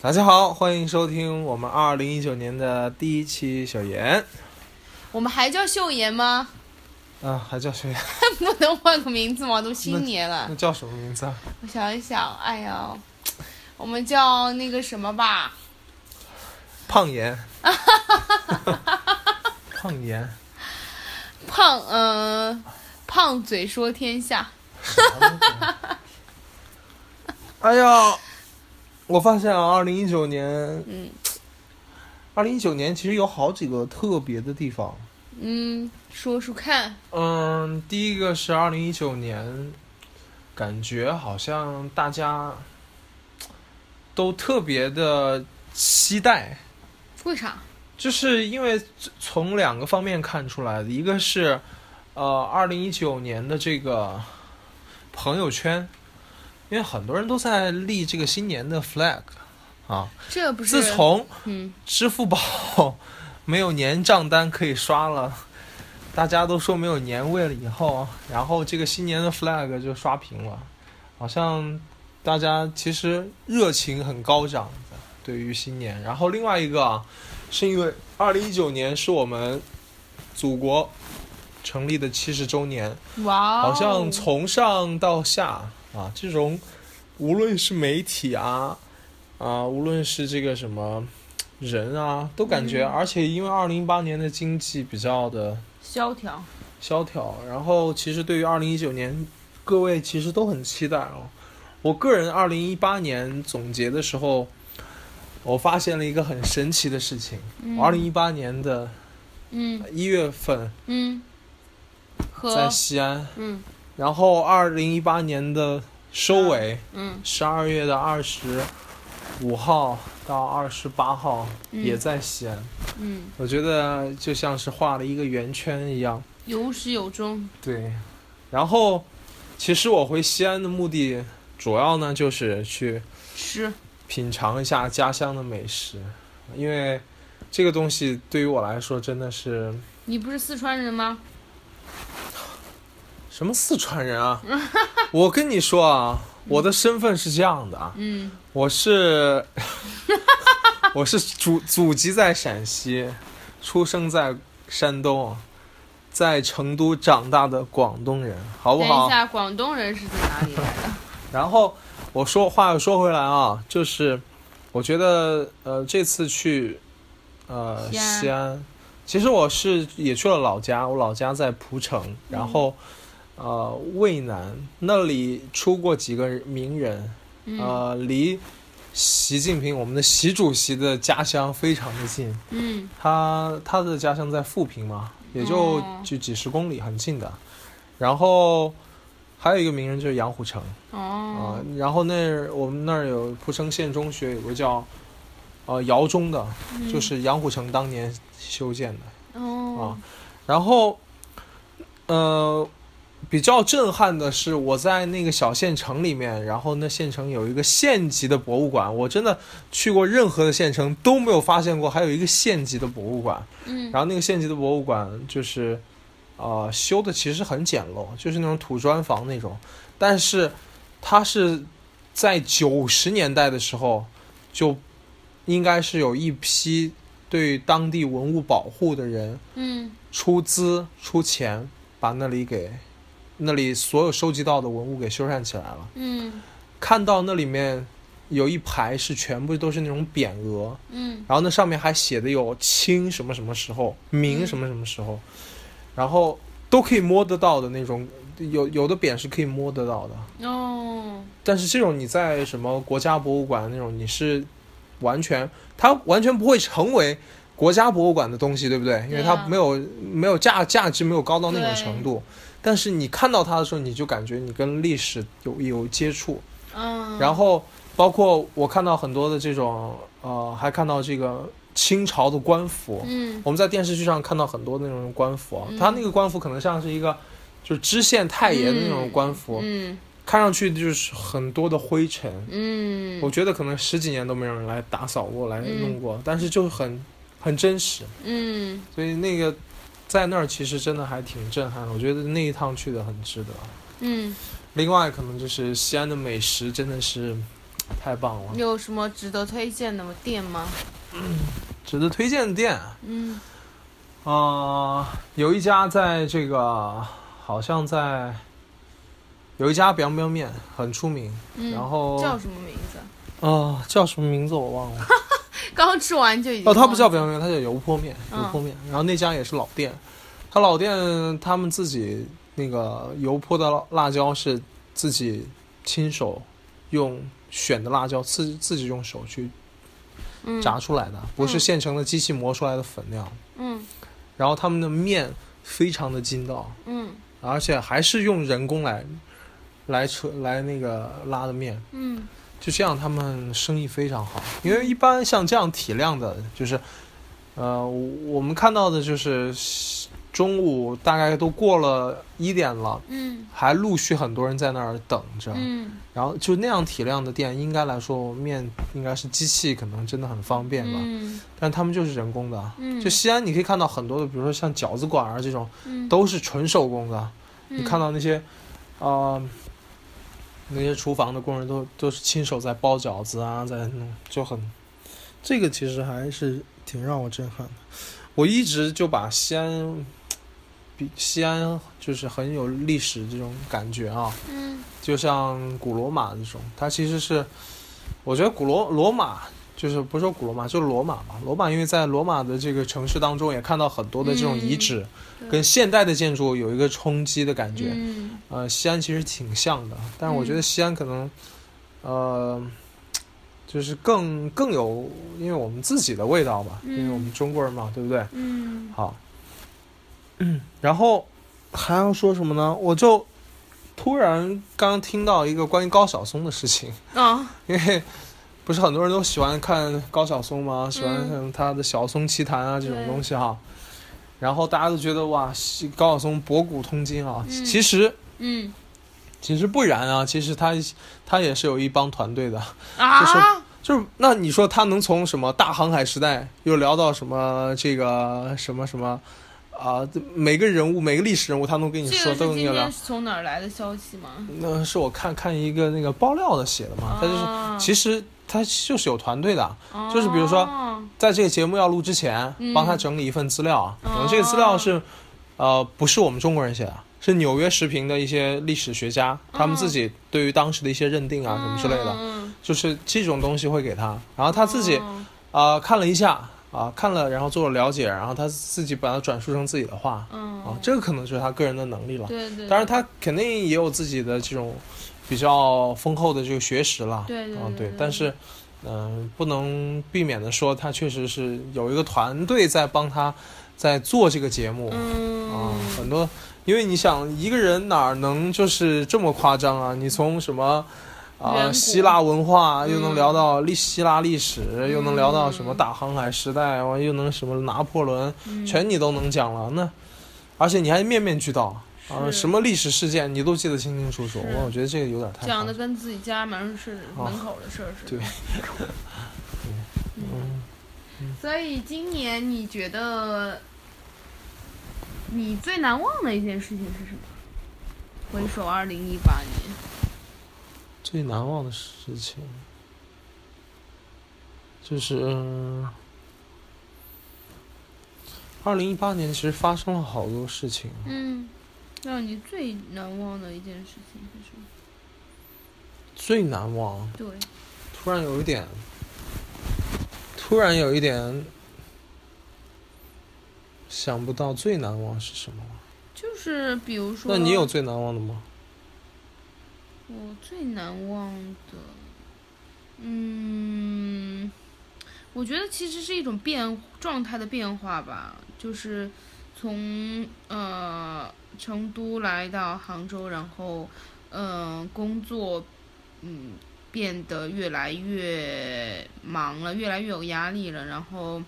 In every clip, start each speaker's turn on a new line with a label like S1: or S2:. S1: 大家好，欢迎收听我们二零一九年的第一期小严。
S2: 我们还叫秀妍吗？
S1: 啊，还叫 谁？
S2: 不能换个名字吗？都新年了
S1: 那，叫什么名字啊？
S2: 我想一想，哎呀，我们叫那个什么吧，
S1: 胖严。 胖严，
S2: 胖，嗯、胖嘴说天下。
S1: 哎呀，我发现啊，二零一九年，
S2: 嗯
S1: 二零一九年其实有好几个特别的地方。
S2: 嗯，说说看，
S1: 嗯，第一个是二零一九年，感觉好像大家都特别的期待，
S2: 为啥？
S1: 就是因为从两个方面看出来的，一个是呃，二零一九年的这个朋友圈，因为很多人都在立这个新年的 flag 啊，
S2: 这不是
S1: 自从
S2: 嗯，
S1: 支付宝 没有年账单可以刷了，大家都说没有年味了以后，然后这个新年的 flag 就刷屏了，好像大家其实热情很高涨的对于新年。然后另外一个啊，是因为二零一九年是我们祖国成立的七十周年，
S2: 哇、哦，
S1: 好像从上到下啊，这种无论是媒体啊，啊，无论是这个什么人啊，都感觉，
S2: 嗯
S1: 而且因为二零一八年的经济比较的
S2: 萧条，
S1: 萧条，然后其实对于二零一九年，各位其实都很期待哦。我个人二零一八年总结的时候，我发现了一个很神奇的事情，
S2: 嗯
S1: 二零一八年的
S2: 嗯
S1: 一月份
S2: 嗯，和
S1: 在西安，
S2: 嗯
S1: 然后二零一八年的收尾。
S2: 嗯
S1: 十二月的二十五号到二十八号
S2: 嗯
S1: 也在西安，
S2: 嗯，
S1: 我觉得就像是画了一个圆圈一样。
S2: 有始有终，
S1: 对，然后其实我回西安的目的主要呢就是去
S2: 吃
S1: 品尝一下家乡的美食，因为这个东西对于我来说真的是
S2: 你不是四川人吗？
S1: 什么四川人啊！我跟你说啊，我的身份是这样的啊，
S2: 嗯，
S1: 我是 我是祖祖籍在陕西，出生在山东，在成都长大的广东人，好不
S2: 等一
S1: 好？
S2: 下，广东人是从哪里来的？
S1: 然后我说话又说回来啊，就是我觉得呃这次去呃
S2: 西安
S1: 西安，其实我是也去了老家，我老家在蒲
S2: 嗯
S1: 城，然后、呃渭南那里出过几个名人，
S2: 嗯
S1: 呃，离习近平我们的习主席的家乡非常的近，
S2: 嗯
S1: 他他的家乡在富平嘛，也就
S2: 哦
S1: 就几十公里，很近的。然后还有一个名人就是杨虎城啊、
S2: 哦，
S1: 然后那儿我们那儿有蒲城县中学有个叫呃姚中的，
S2: 嗯
S1: 就是杨虎城当年修建的。啊，
S2: 哦
S1: 然后，呃，比较震撼的是，我在那个小县城里面，然后那县城有一个县级的博物馆，我真的去过任何的县城都没有发现过还有一个县级的博物馆。
S2: 嗯
S1: 然后那个县级的博物馆就是，呃，修的其实很简陋，就是那种土砖房那种，但是它是在九十年代的时候就应该是有一批对当地文物保护的人。
S2: 嗯
S1: 出资出钱把那里给那里所有收集到的文物给修缮起来了。
S2: 嗯
S1: 看到那里面有一排是全部都是那种匾额，
S2: 嗯
S1: 然后那上面还写的有清什么什么时候、明什么什么时候，然后都可以摸得到的那种，有有的匾是可以摸得到的。
S2: 哦，
S1: 但是这种你在什么国家博物馆那种，你是完全它完全不会成为国家博物馆的东西，对不对？因为它
S2: 对啊
S1: 没有、没有价价值没有高到那种程度。但是你看到它的时候，你就感觉你跟历史有有接触。
S2: 嗯，
S1: 然后包括我看到很多的这种呃，还看到这个清朝的官服，
S2: 嗯
S1: 我们在电视剧上看到很多那种官服啊，
S2: 嗯
S1: 它那个官服可能像是一个就是知县太爷的那种
S2: 嗯
S1: 官服，
S2: 嗯
S1: 看上去就是很多的灰尘。
S2: 嗯，
S1: 我觉得可能十几年都没有人来打扫过、来
S2: 嗯
S1: 弄过，但是就很很真实，
S2: 嗯
S1: 所以那个在那儿其实真的还挺震撼的。我觉得那一趟去的很值得。
S2: 嗯
S1: 另外，可能就是西安的美食真的是太棒了！
S2: 嗯有什么值得推荐的店吗？
S1: 值得推荐的店啊、
S2: 嗯，
S1: 有一家在这个好像在有一家 biang biang 面很出名，
S2: 嗯
S1: 然后
S2: 叫什么名字？
S1: 啊，叫什么名字我忘了。
S2: 刚吃完就已经
S1: 哦，它不叫
S2: 忘
S1: 表面，它叫油泼面，油
S2: 嗯
S1: 泼面。然后那家也是老店，它老店他们自己那个油泼的辣椒是自己亲手用选的辣椒，自自己用手去
S2: 嗯
S1: 炸出来的，不是
S2: 嗯
S1: 现成的机器磨出来的粉那样。
S2: 嗯
S1: 然后他们的面非常的筋道，
S2: 嗯
S1: 而且还是用人工来来扯来那个拉的面。
S2: 嗯
S1: 就这样，他们生意非常好，因为一般像这样体量的，就是，呃，我我们看到的就是中午大概都过了一点了，
S2: 嗯
S1: 还陆续很多人在那儿等着。
S2: 嗯
S1: 然后就那样体量的店，应该来说面应该是机器，可能真的很方便吧。
S2: 嗯
S1: 但他们就是人工的。啊
S2: 嗯，
S1: 就西安，你可以看到很多的，比如说像饺子馆啊这种，
S2: 嗯
S1: 都是纯手工的。你
S2: 嗯
S1: 看到那些，啊、那些厨房的工人都都是亲手在包饺子啊，在弄，就很，这个其实还是挺让我震撼的。我一直就把西安，比西安就是很有历史这种感觉啊，
S2: 嗯
S1: 就像古罗马这种，它其实是，我觉得古罗罗马。就是不是说古罗马，就是罗马吧。罗马因为在罗马的这个城市当中，也看到很多的这种遗
S2: 嗯
S1: 址，
S2: 对
S1: 跟现代的建筑有一个冲击的感觉。
S2: 嗯
S1: 呃，西安其实挺像的，但是我觉得西安可能，呃，就是更更有，因为我们自己的味道吧，因为我们中国人嘛，对不对？
S2: 嗯
S1: 好，嗯，然后还要说什么呢？我就突然刚听到一个关于高晓松的事情，
S2: 啊
S1: 因为不是很多人都喜欢看高晓松吗？喜欢
S2: 嗯
S1: 像他的《晓松奇谈啊》这种
S2: 对
S1: 东西哈、然后大家都觉得哇，西高晓松博古通今啊，
S2: 嗯
S1: 其实。
S2: 嗯
S1: 其实不然啊，其实他他也是有一帮团队的，
S2: 啊
S1: 就是那你说他能从什么大航海时代又聊到什么这个什么什么啊、每个人物每个历史人物他能跟你
S2: 这
S1: 说
S2: 个
S1: 都啊
S2: 是
S1: 能跟
S2: 今
S1: 你聊
S2: 天。从哪儿来的消息吗？
S1: 那是我看看一个那个爆料的写的嘛，他就是
S2: 啊
S1: 其实他就是有团队的，
S2: 哦
S1: 就是比如说在这个节目要录之前
S2: 嗯
S1: 帮他整理一份资料，可能
S2: 哦
S1: 这个资料是呃不是我们中国人写的。是纽约时评的一些历史学家，他们
S2: 哦
S1: 自己对于当时的一些认定啊什么之类的，
S2: 嗯，
S1: 就是这种东西会给他，然后他自己
S2: 哦
S1: 啊、呃看了一下啊、看了，然后做了了解，然后他自己把它转述成自己的话
S2: 嗯
S1: 啊，这个可能就是他个人的能力了。
S2: 对对，
S1: 当然，他肯定也有自己的这种比较丰厚的这个学识了，
S2: 对对
S1: 啊
S2: 对
S1: 对
S2: 对，
S1: 但是嗯、不能避免的说，他确实是有一个团队在帮他在做这个节目。
S2: 嗯
S1: 啊，很多，因为你想一个人哪儿能就是这么夸张啊？你从什么啊、
S2: 远古
S1: 希腊文化
S2: 嗯
S1: 又能聊到历希腊历史，又能聊到什么
S2: 嗯
S1: 大航海时代，完又能什么拿破仑，
S2: 嗯
S1: 全你都能讲了。那而且你还面面俱到啊，
S2: 是
S1: 什么历史事件你都记得清清楚楚。
S2: 是
S1: 哇我觉得这个有点太夸
S2: 讲
S1: 张
S2: 的跟自己家门是
S1: 啊
S2: 门口的事儿似的。
S1: 对
S2: 嗯。所以今年你觉得你最难忘的一件事情是什么？回首二零一八年，
S1: 最难忘的事情，就是二零一八年，其实发生了好多事情。
S2: 嗯，让你最难忘的一件事情是什么？
S1: 最难忘，
S2: 对，
S1: 突然有一点，突然有一点想不到最难忘是什么了。
S2: 就是比如说，
S1: 那你有最难忘的吗？
S2: 我最难忘的，嗯，我觉得其实是一种变状态的变化吧，就是从呃成都来到杭州，然后嗯、呃工作嗯变得越来越忙了，越来越有压力了，然后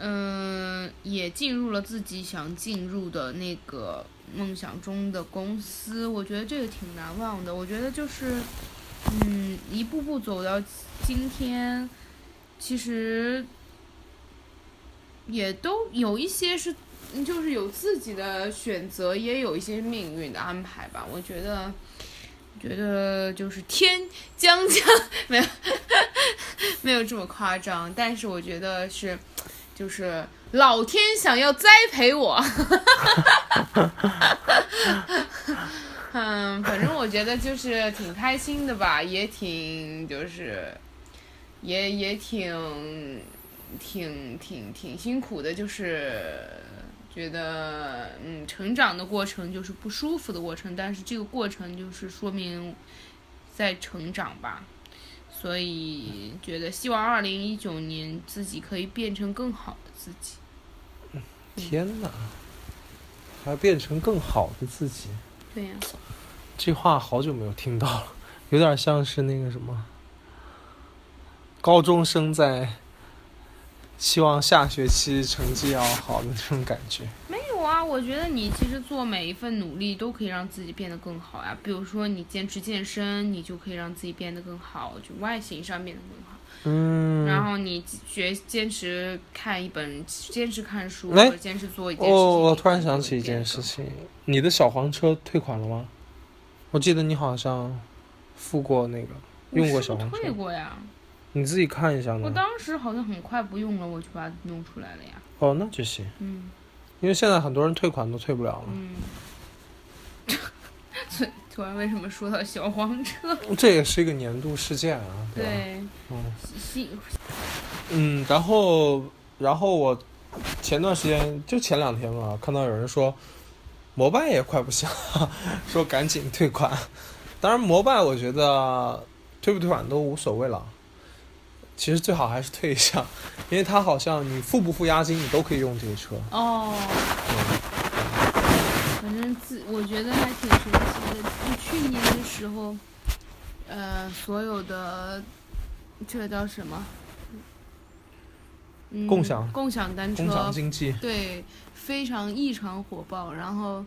S2: 嗯、也进入了自己想进入的那个梦想中的公司，我觉得这个挺难忘的。我觉得就是，嗯，一步步走到今天，其实也都有一些是，嗯就是有自己的选择，也有一些命运的安排吧。我觉得，觉得就是天将降，没有 没有这么夸张，但是我觉得是，就是老天想要栽培我。嗯，反正我觉得就是挺开心的吧，也挺就是，也也挺挺挺挺辛苦的，就是觉得嗯，成长的过程就是不舒服的过程，但是这个过程就是说明在成长吧。所以觉得希望二零一九年自己可以变成更好的自己。
S1: 天哪，还变成更好的自己，
S2: 对呀、
S1: 这话好久没有听到了，有点像是那个什么，高中生在期望下学期成绩要好的那种感觉。
S2: 没有啊，我觉得你其实做每一份努力都可以让自己变得更好呀。比如说你坚持健身，你就可以让自己变得更好，就外形上变得更好。
S1: 嗯，
S2: 然后你学坚持看一本，坚持看书，
S1: 哎
S2: 或者坚持做一件事情。
S1: 哦，我
S2: 你
S1: 突然
S2: 就会
S1: 想起一
S2: 变
S1: 件
S2: 得
S1: 事
S2: 更好
S1: 情，你的小黄车退款了吗？我记得你好像付过那个，
S2: 我
S1: 用过
S2: 是
S1: 小嗯
S2: 不
S1: 黄
S2: 退
S1: 车，
S2: 过呀。
S1: 你自己看一下
S2: 我
S1: 呢。
S2: 当时好像很快不用了，我就把它弄出来了呀。
S1: 哦，那就行，
S2: 嗯
S1: 因为现在很多人退款都退不 了
S2: 嗯。 突突然为什么说到小黄车？
S1: 了，这也是一个年度事件啊，吧？
S2: 对，
S1: 嗯
S2: 新
S1: 嗯，然后然后我前段时间就前两天嘛，看到有人说摩拜也快不行了，说赶紧退款。当然，摩拜我觉得退不退款都无所谓了，其实最好还是退一下，因为它好像你付不付押金，你都可以用这个车。
S2: 哦，反正自我觉得还挺神奇的。就去年的时候，呃，所有的这叫什么？嗯、
S1: 共享
S2: 共享单
S1: 工商
S2: 车，
S1: 经济，
S2: 对，非常异常火爆。然后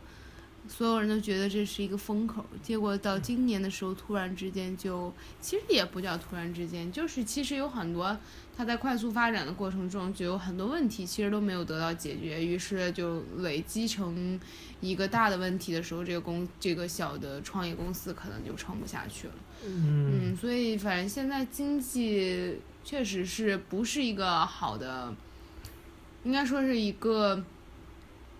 S2: 所有人都觉得这是一个风口，结果到今年的时候，突然之间就，其实也不叫突然之间，就是其实有很多它在快速发展的过程中，就有很多问题其实都没有得到解决，于是就累积成一个大的问题的时候，这个公这个小的创业公司可能就撑不下去了。
S1: 嗯，
S2: 嗯，所以反正现在经济确实是不是一个好的，应该说是一个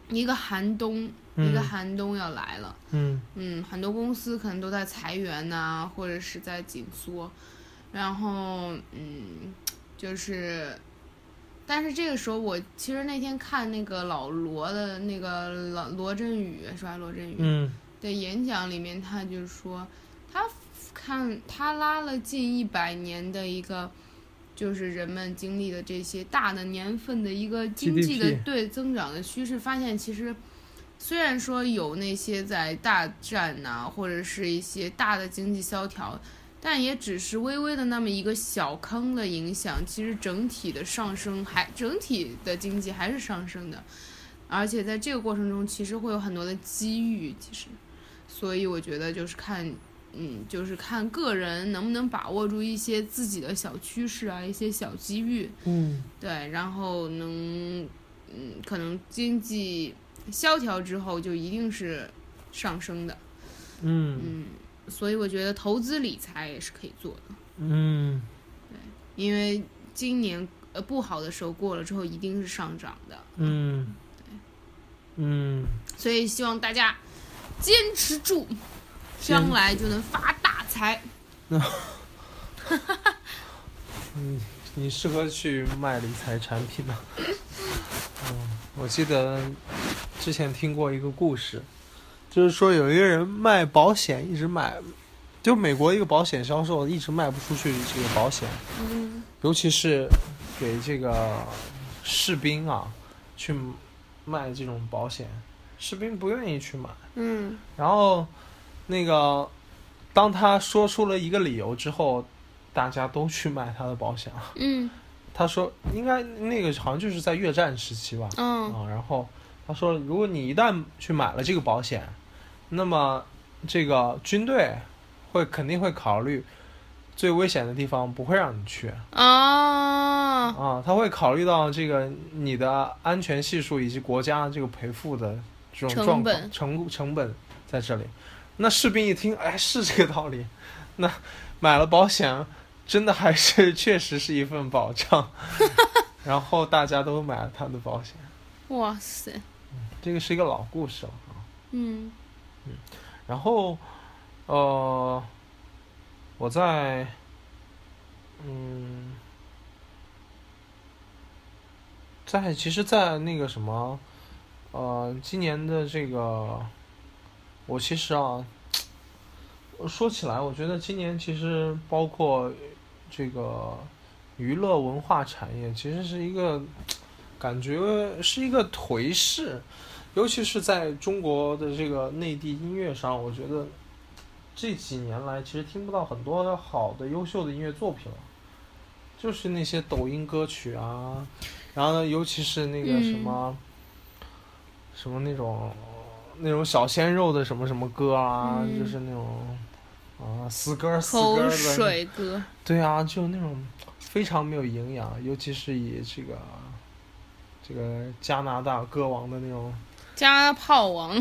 S2: 一个寒冬，一个
S1: 嗯
S2: 寒冬要来了。
S1: 嗯
S2: 嗯，很多公司可能都在裁员呐、或者是在紧缩，然后嗯，就是，但是这个时候我其实那天看那个老罗的那个老罗振宇是吧？罗振宇，
S1: 嗯
S2: 的演讲里面，他就是说，他看他拉了近一百年的一个，就是人们经历的这些大的年份的一个经济的
S1: GDP
S2: 对增长的趋势，发现其实虽然说有那些在大战呐、或者是一些大的经济萧条。但也只是微微的那么一个小坑的影响，其实整体的上升还整体的经济还是上升的，而且在这个过程中，其实会有很多的机遇，其实，所以我觉得就是看，嗯，就是看个人能不能把握住一些自己的小趋势啊，一些小机遇，
S1: 嗯
S2: 对，然后能，嗯，可能经济萧条之后就一定是上升的，
S1: 嗯
S2: 嗯，所以我觉得投资理财也是可以做的，
S1: 嗯，
S2: 因为今年呃不好的时候过了之后一定是上涨的，
S1: 嗯嗯，
S2: 所以希望大家坚持住，
S1: 坚
S2: 将来就能发大财。
S1: 嗯你适合去卖理财产品呢。嗯，我记得之前听过一个故事，就是说有一个人卖保险，一直买，就美国一个保险销售一直卖不出去这个保险，
S2: 嗯
S1: 尤其是给这个士兵啊去卖这种保险，士兵不愿意去买。
S2: 嗯
S1: 然后那个当他说出了一个理由之后，大家都去买他的保险了。
S2: 嗯
S1: 他说应该那个好像就是在越战时期吧，
S2: 嗯
S1: 啊，然后他说如果你一旦去买了这个保险，那么这个军队会肯定会考虑最危险的地方不会让你去
S2: 啊
S1: 啊，他会考虑到这个你的安全系数以及国家这个赔付的这种
S2: 成
S1: 状
S2: 本
S1: 况成成本在这里，那士兵一听，哎，是这个道理， 那买了保险，真的还是确实是一份保障。 然后大家都买了他的保险，
S2: 哇塞，
S1: 这个是一个老故事了。
S2: 嗯
S1: 然后，呃，我在，嗯，在其实，在那个什么，呃，今年的这个，我其实啊，我说起来，我觉得今年其实包括这个娱乐文化产业，其实是一个感觉是一个颓势。尤其是在中国的这个内地音乐上，我觉得这几年来其实听不到很多好的、优秀的音乐作品了，就是那些抖音歌曲啊，然后呢，尤其是那个什么、什么那种那种小鲜肉的什么什么歌啊，
S2: 嗯
S1: 就是那种啊死歌儿死歌
S2: 口
S1: 儿的那
S2: 水歌，
S1: 对啊，就那种非常没有营养，尤其是以这个这个加拿大歌王的那种。
S2: 加炮王，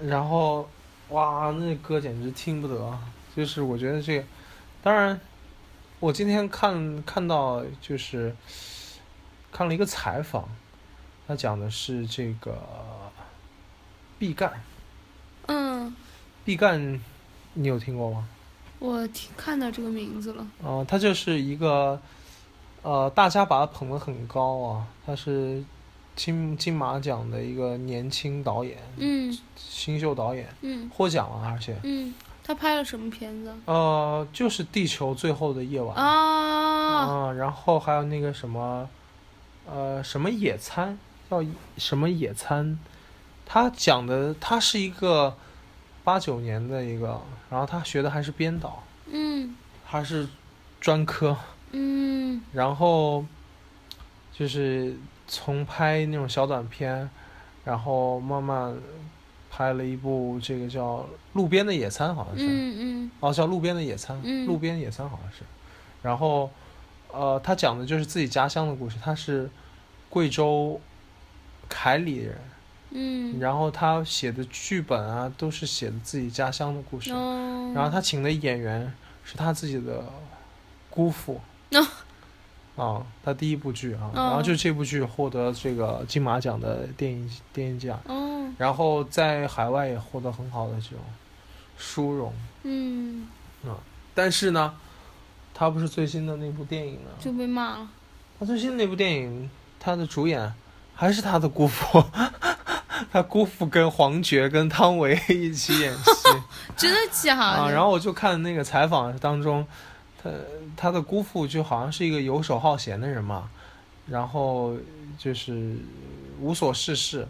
S1: 然后，哇，那歌简直听不得。就是我觉得这个，当然，我今天看看到就是看了一个采访，他讲的是这个毕赣，
S2: 嗯，
S1: 毕赣你有听过吗？
S2: 我听看到这个名字了，
S1: 啊、他就是一个，呃，大家把他捧得很高啊，他是金金马奖的一个年轻导演，
S2: 嗯
S1: 新秀导演，
S2: 嗯
S1: 获奖了，而且。
S2: 嗯，他拍了什么片子？
S1: 呃，就是《地球最后的夜晚》
S2: 啊，
S1: 啊、然后还有那个什么，呃，什么野餐，叫什么野餐，他讲的他是一个八九年的一个，然后他学的还是编导，
S2: 嗯
S1: 他是专科，
S2: 嗯
S1: 然后就是从拍那种小短片，然后慢慢拍了一部这个叫《路边的野餐》，好像是。
S2: 嗯嗯
S1: 哦，叫路边的野餐，
S2: 嗯
S1: 路边野餐好像是。然后，呃，他讲的就是自己家乡的故事。他是贵州凯里人，
S2: 嗯，
S1: 然后他写的剧本啊，都是写的自己家乡的故事。
S2: 哦，
S1: 然后他请的演员是他自己的姑父。
S2: 哦
S1: 啊，他第一部剧啊，
S2: 哦
S1: 然后就这部剧获得这个金马奖的电影电影奖，
S2: 哦，
S1: 然后在海外也获得很好的这种殊荣。
S2: 嗯，
S1: 但是呢，他不是最新的那部电影呢？
S2: 就被骂了，
S1: 他最新的那部电影，他的主演还是他的姑父， 他姑父跟黄觉跟汤唯 一起演戏
S2: 真的假的？
S1: 啊。然后我就看那个采访当中，他他的姑父就好像是一个游手好闲的人嘛，然后就是无所事事。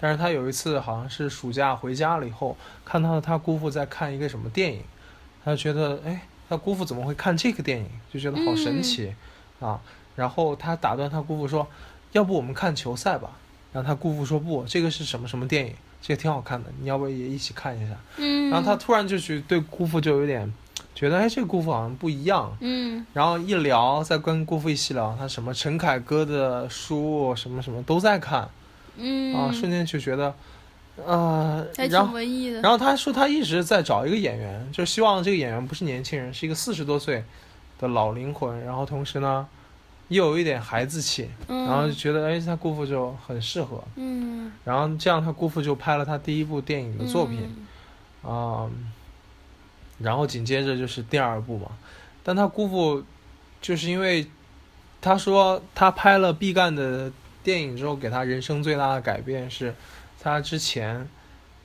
S1: 但是他有一次好像是暑假回家了以后，看到他姑父在看一个什么电影，他就觉得哎，他姑父怎么会看这个电影？就觉得好神奇、啊。然后他打断他姑父说：“要不我们看球赛吧？”然后他姑父说：“不，这个是什么什么电影？这个挺好看的，你要不也一起看一下？”
S2: 嗯，
S1: 然后他突然就去对姑父就有点觉得，哎，这个姑父好像不一样。
S2: 嗯
S1: 然后一聊，再跟姑父一起聊，他什么陈凯歌的书什么什么都在看
S2: 嗯
S1: 啊，瞬间就觉得，呃，
S2: 还
S1: 然
S2: 挺
S1: 后
S2: 文艺的，
S1: 然后他说他一直在找一个演员，就希望这个演员不是年轻人，是一个四十多岁的老灵魂，然后同时呢，又有一点孩子气，
S2: 嗯，
S1: 然后就觉得哎，他姑父就很适合，
S2: 嗯
S1: 然后这样他姑父就拍了他第一部电影的作品，啊、然后紧接着就是第二部嘛。但他姑父就是因为他说他拍了毕赣的电影之后，给他人生最大的改变是，他之前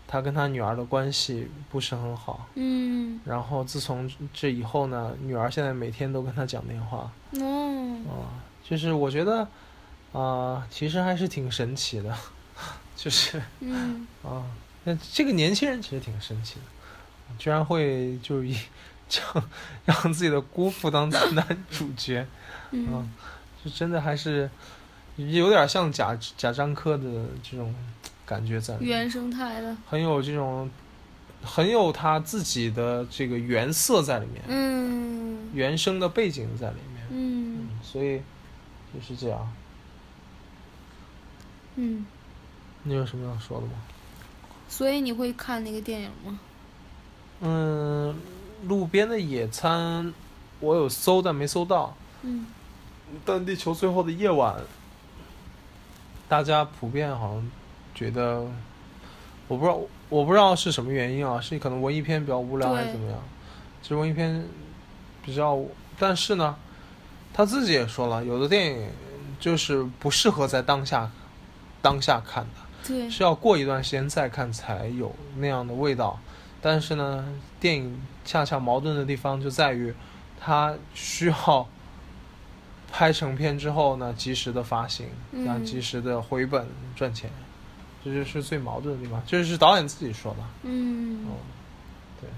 S1: 他跟他女儿的关系不是很好。
S2: 嗯，
S1: 然后自从这以后呢，女儿现在每天都跟他讲电话
S2: 嗯哦
S1: 啊、，就是我觉得啊、呃其实还是挺神奇的， 就是
S2: 嗯
S1: 啊，那这个年轻人其实挺神奇的，居然会就以这样让自己的姑父当男主角，啊
S2: 嗯，
S1: 就真的还是有点像贾贾樟柯的这种感觉在里面，
S2: 原生态的，
S1: 很有这种很有他自己的这个原色在里面，
S2: 嗯
S1: 原生的背景在里面，
S2: 嗯
S1: 嗯，所以就是这样。
S2: 嗯，
S1: 你有什么要说的吗？
S2: 所以你会看那个电影吗？
S1: 嗯，路边的野餐我有搜，但没搜到。
S2: 嗯
S1: 但地球最后的夜晚，大家普遍好像觉得，我不知道，我不知道是什么原因啊，是可能文艺片比较无聊
S2: 对
S1: 还是怎么样？其实文艺片比较，但是呢，他自己也说了，有的电影就是不适合在当下当下看的，
S2: 对
S1: 是要过一段时间再看才有那样的味道。但是呢，电影恰恰矛盾的地方就在于，它需要拍成片之后呢，及时的发行，
S2: 嗯
S1: 然后及时的回本赚钱，这就是最矛盾的地方。这是导演自己说的。
S2: 嗯
S1: 嗯，对。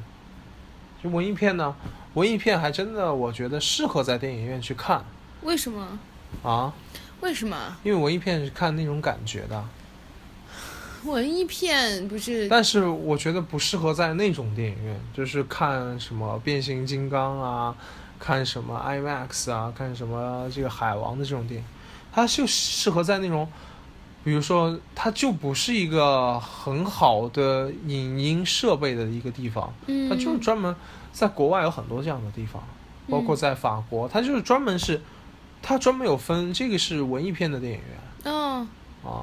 S1: 就文艺片呢，文艺片还真的我觉得适合在电影院去看
S2: 为什么
S1: 啊，
S2: 为什么
S1: 因为文艺片是看那种感觉的。
S2: 文艺片不是
S1: 但是我觉得不适合在那种电影院，就是看什么变形金刚啊，看什么 IMAX 啊，看什么这个海王的这种电影，它就适合在那种，比如说它就不是一个很好的影音设备的一个地方，
S2: 嗯
S1: 它就是专门在国外有很多这样的地方，
S2: 嗯
S1: 包括在法国，它就是专门是，它专门有分这个是文艺片的电影院
S2: 哦，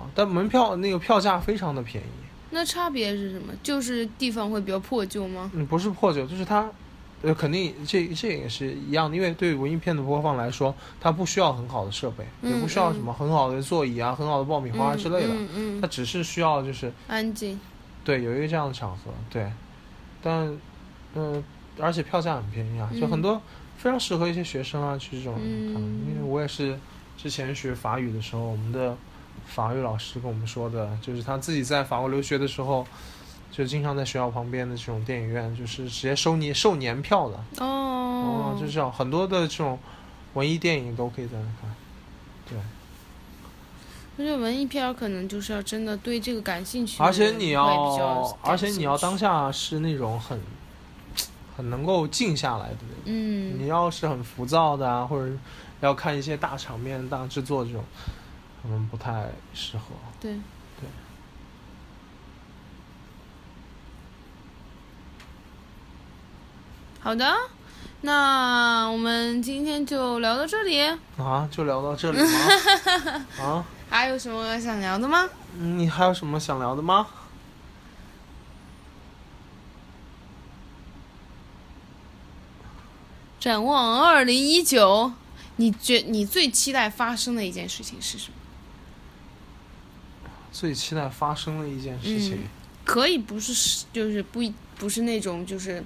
S1: 啊，但门票那个票价非常的便宜。
S2: 那差别是什么？就是地方会比较破旧吗？
S1: 嗯，不是破旧，就是它，呃，肯定这这也是一样的，因为对文艺片的播放来说，它不需要很好的设备，也
S2: 嗯
S1: 不需要什
S2: 嗯
S1: 么很好的座椅啊、很好的爆米花之类的，
S2: 嗯嗯
S1: 它
S2: 嗯，
S1: 只是需要就是
S2: 安静。
S1: 对有一个这样的场合，对，但嗯、而且票价很便宜啊，就很
S2: 嗯
S1: 多、非常适合一些学生啊去这种看，因为
S2: 嗯
S1: 我也是之前学法语的时候，我们的法语老师跟我们说的，就是他自己在法国留学的时候。就经常在学校旁边的这种电影院，就是直接收年售年票的，
S2: 哦
S1: 哦，，就这样，很多的这种文艺电影都可以在那看。对，
S2: 而且文艺片儿可能就是要真的对这个感兴趣的
S1: 而
S2: 人
S1: 且
S2: 会比较感兴趣，
S1: 你要，而且你要当下是那种很很能够静下来的那种。
S2: 嗯
S1: 你要是很浮躁的啊，或者要看一些大场面、大制作这种，可能不太适合。
S2: 对
S1: 对。
S2: 好的，那我们今天就聊到这里，
S1: 啊，就聊到这里吗？ 啊，
S2: 还有什么想聊的吗？
S1: 你还有什么想聊的吗？
S2: 展望二零一九，你觉你最期待发生的一件事情是什么？
S1: 最期待发生的一件事情，
S2: 可以不是就是不一不是那种就是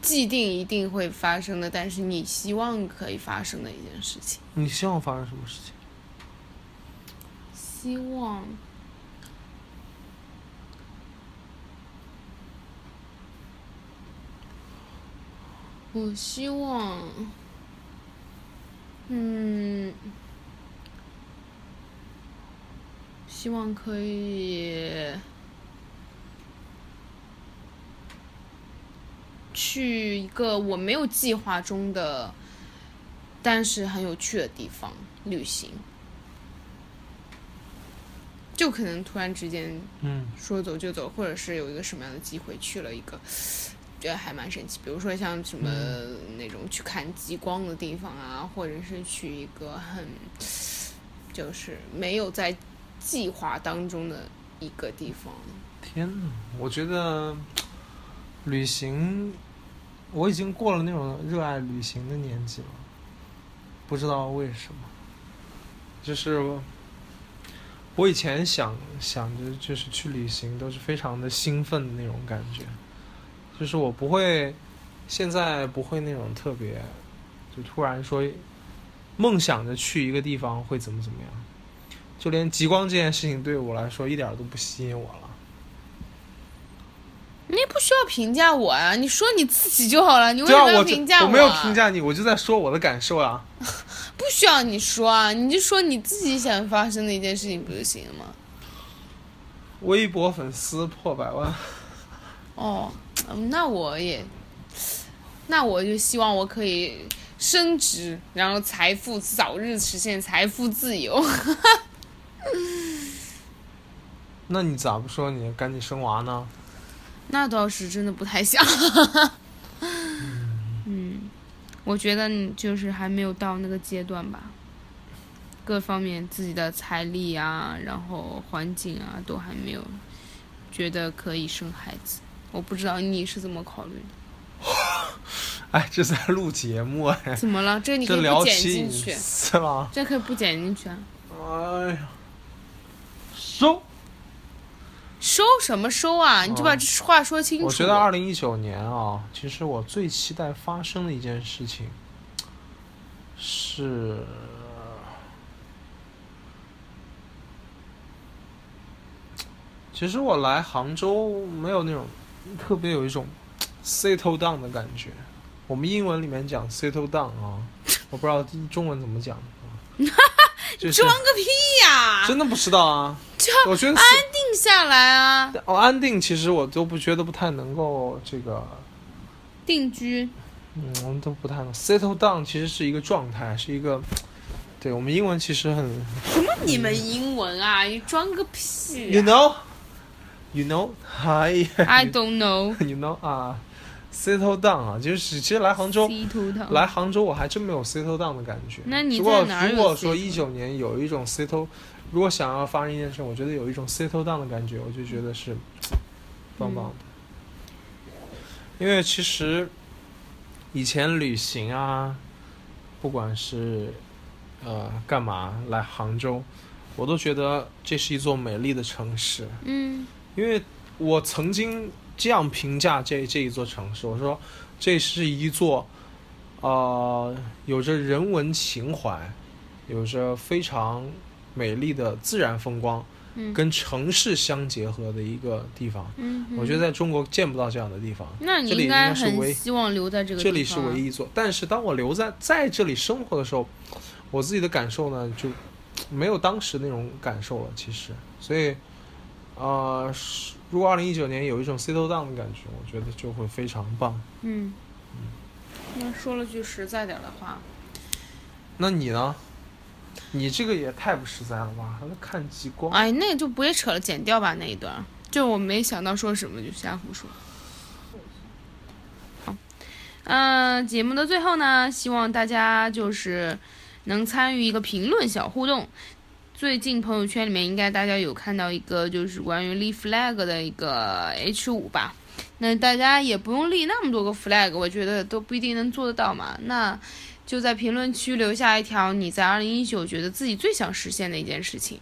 S2: 既定一定会发生的，但是你希望可以发生的一件事情。
S1: 你希望发生什么事情？
S2: 希望我希望，嗯，希望可以去一个我没有计划中的，但是很有趣的地方旅行。就可能突然之间
S1: 嗯
S2: 说走就走，或者是有一个什么样的机会去了一个，觉得还蛮神奇。比如说像什么
S1: 嗯
S2: 那种去看极光的地方啊，或者是去一个很就是没有在计划当中的一个地方。
S1: 天呐，我觉得旅行，我已经过了那种热爱旅行的年纪了，不知道为什么，就是我以前想想着就是去旅行都是非常的兴奋的那种感觉，就是我不会，现在不会那种特别，就突然说梦想着去一个地方会怎么怎么样，就连极光这件事情对我来说一点儿都不吸引我了。
S2: 你也不需要评价我啊，你说你自己就好了。你为
S1: 对
S2: 什
S1: 啊，
S2: 么要
S1: 我
S2: 评
S1: 这
S2: 价
S1: 我
S2: 啊
S1: 没有评，价你，我就在说我的感受啊。
S2: 不需要你说啊，你就说你自己想发生的一件事情不就行了吗？
S1: 微博粉丝破百万，
S2: 哦，嗯那我也，那我就希望我可以升职，然后财富早日实现财富自由。
S1: 那你咋不说你赶紧生娃呢？
S2: 那倒是真的不太想。 嗯，我觉得你就是还没有到那个阶段吧，各方面自己的财力啊，然后环境啊，都还没有觉得可以生孩子。我不知道你是怎么考虑 的，
S1: 哎，这在录节目哎，
S2: 怎么了？这个你可
S1: 这
S2: 以不
S1: 聊
S2: 剪
S1: 起
S2: 进去，
S1: 是吧？
S2: 这可以不剪进去啊。
S1: 哎呀，收。
S2: 收什么收啊？你就把这话说清楚。
S1: 嗯我觉得二零一九年啊，其实我最期待发生的一件事情是，其实我来杭州没有那种特别有一种 settle down 的感觉。我们英文里面讲 settle down 啊，我不知道中文怎么讲。啊 就是
S2: 装个屁呀、
S1: 真的不知道啊，
S2: 就
S1: 我觉得
S2: 安定下来啊，
S1: 哦安定，其实我都不觉得不太能够这个
S2: 定居。
S1: 嗯，我们都不太能 settle down，其实是一个状态，是一个，对我们英文其实很
S2: 那你们英文啊，你装个屁、
S1: ，you
S2: 啊、
S1: know，you know，嗨
S2: ！I don't know。
S1: ，you know 啊、s e t t l e down 啊，就是其实来杭州，
S2: C 图腾。
S1: 来杭州我还真没有 settle down 的感觉。
S2: 那你
S1: 如果
S2: 在哪儿有
S1: 如果说
S2: settle
S1: 一九年有一种 settle，如果想要发生一件事，我觉得有一种 settle down 的感觉，我就觉得是
S2: 嗯
S1: 棒棒的。因为其实以前旅行啊，不管是呃干嘛来杭州，我都觉得这是一座美丽的城市。
S2: 嗯
S1: 因为我曾经这样评价这这一座城市，我说这是一座，呃，有着人文情怀，有着非常美丽的自然风光，
S2: 嗯
S1: 跟城市相结合的一个地方。
S2: 嗯哼。
S1: 我觉得在中国见不到这样的地方，
S2: 那你
S1: 这里
S2: 应
S1: 应
S2: 该
S1: 该是
S2: 很
S1: 唯
S2: 希望留在这个
S1: 这
S2: 地方
S1: 里
S2: 啊。
S1: 是唯一一座。但是当我留在在这里生活的时候，我自己的感受呢，就没有当时那种感受了。其实，所以，呃，是如果二零一九年有一种 settle down 的感觉，我觉得就会非常棒。
S2: 嗯。那说了句实在点儿的话，
S1: 那你呢？你这个也太不实在了吧！还在看极光，
S2: 哎，那就不会扯了，剪掉吧那一段儿。就我没想到说什么，就瞎胡说。好，嗯，节目的最后呢，希望大家就是能参与一个评论小互动。最近朋友圈里面应该大家有看到一个就是关于立 flag 的一个 H 五吧。那大家也不用立那么多个 flag，我觉得都不一定能做得到嘛。那就在评论区留下一条你在2019觉得自己最想实现的一件事情。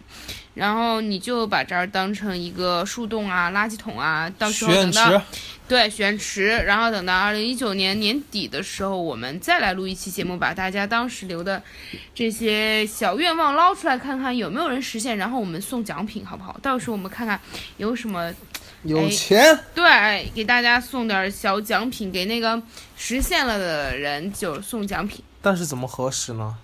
S2: 然后你就把这儿当成一个树洞啊、垃圾桶啊，到
S1: 许
S2: 时候等
S1: 愿池
S2: 到，对，许愿池。然后等到二零一九年年底的时候，我们再来录一期节目，把大家当时留的这些小愿望捞出来，看看有没有人实现。然后我们送奖品，好不好？到时候我们看看有什么
S1: 有钱，
S2: 对，给大家送点小奖品，给那个实现了的人就送奖品。
S1: 但是怎么核实呢？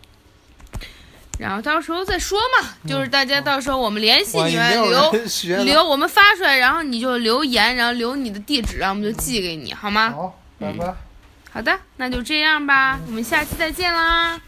S2: 然后到时候再说嘛，就是大家到时候我们联系
S1: 万
S2: 你
S1: 一
S2: 们
S1: 嗯没有
S2: 留
S1: 人许愿呢？
S2: 留我们发出来，然后你就留言，然后留你的地址，然后我们就寄给你，好吗？
S1: 好，拜拜。
S2: 好的，那就这样吧，我们下期再见啦。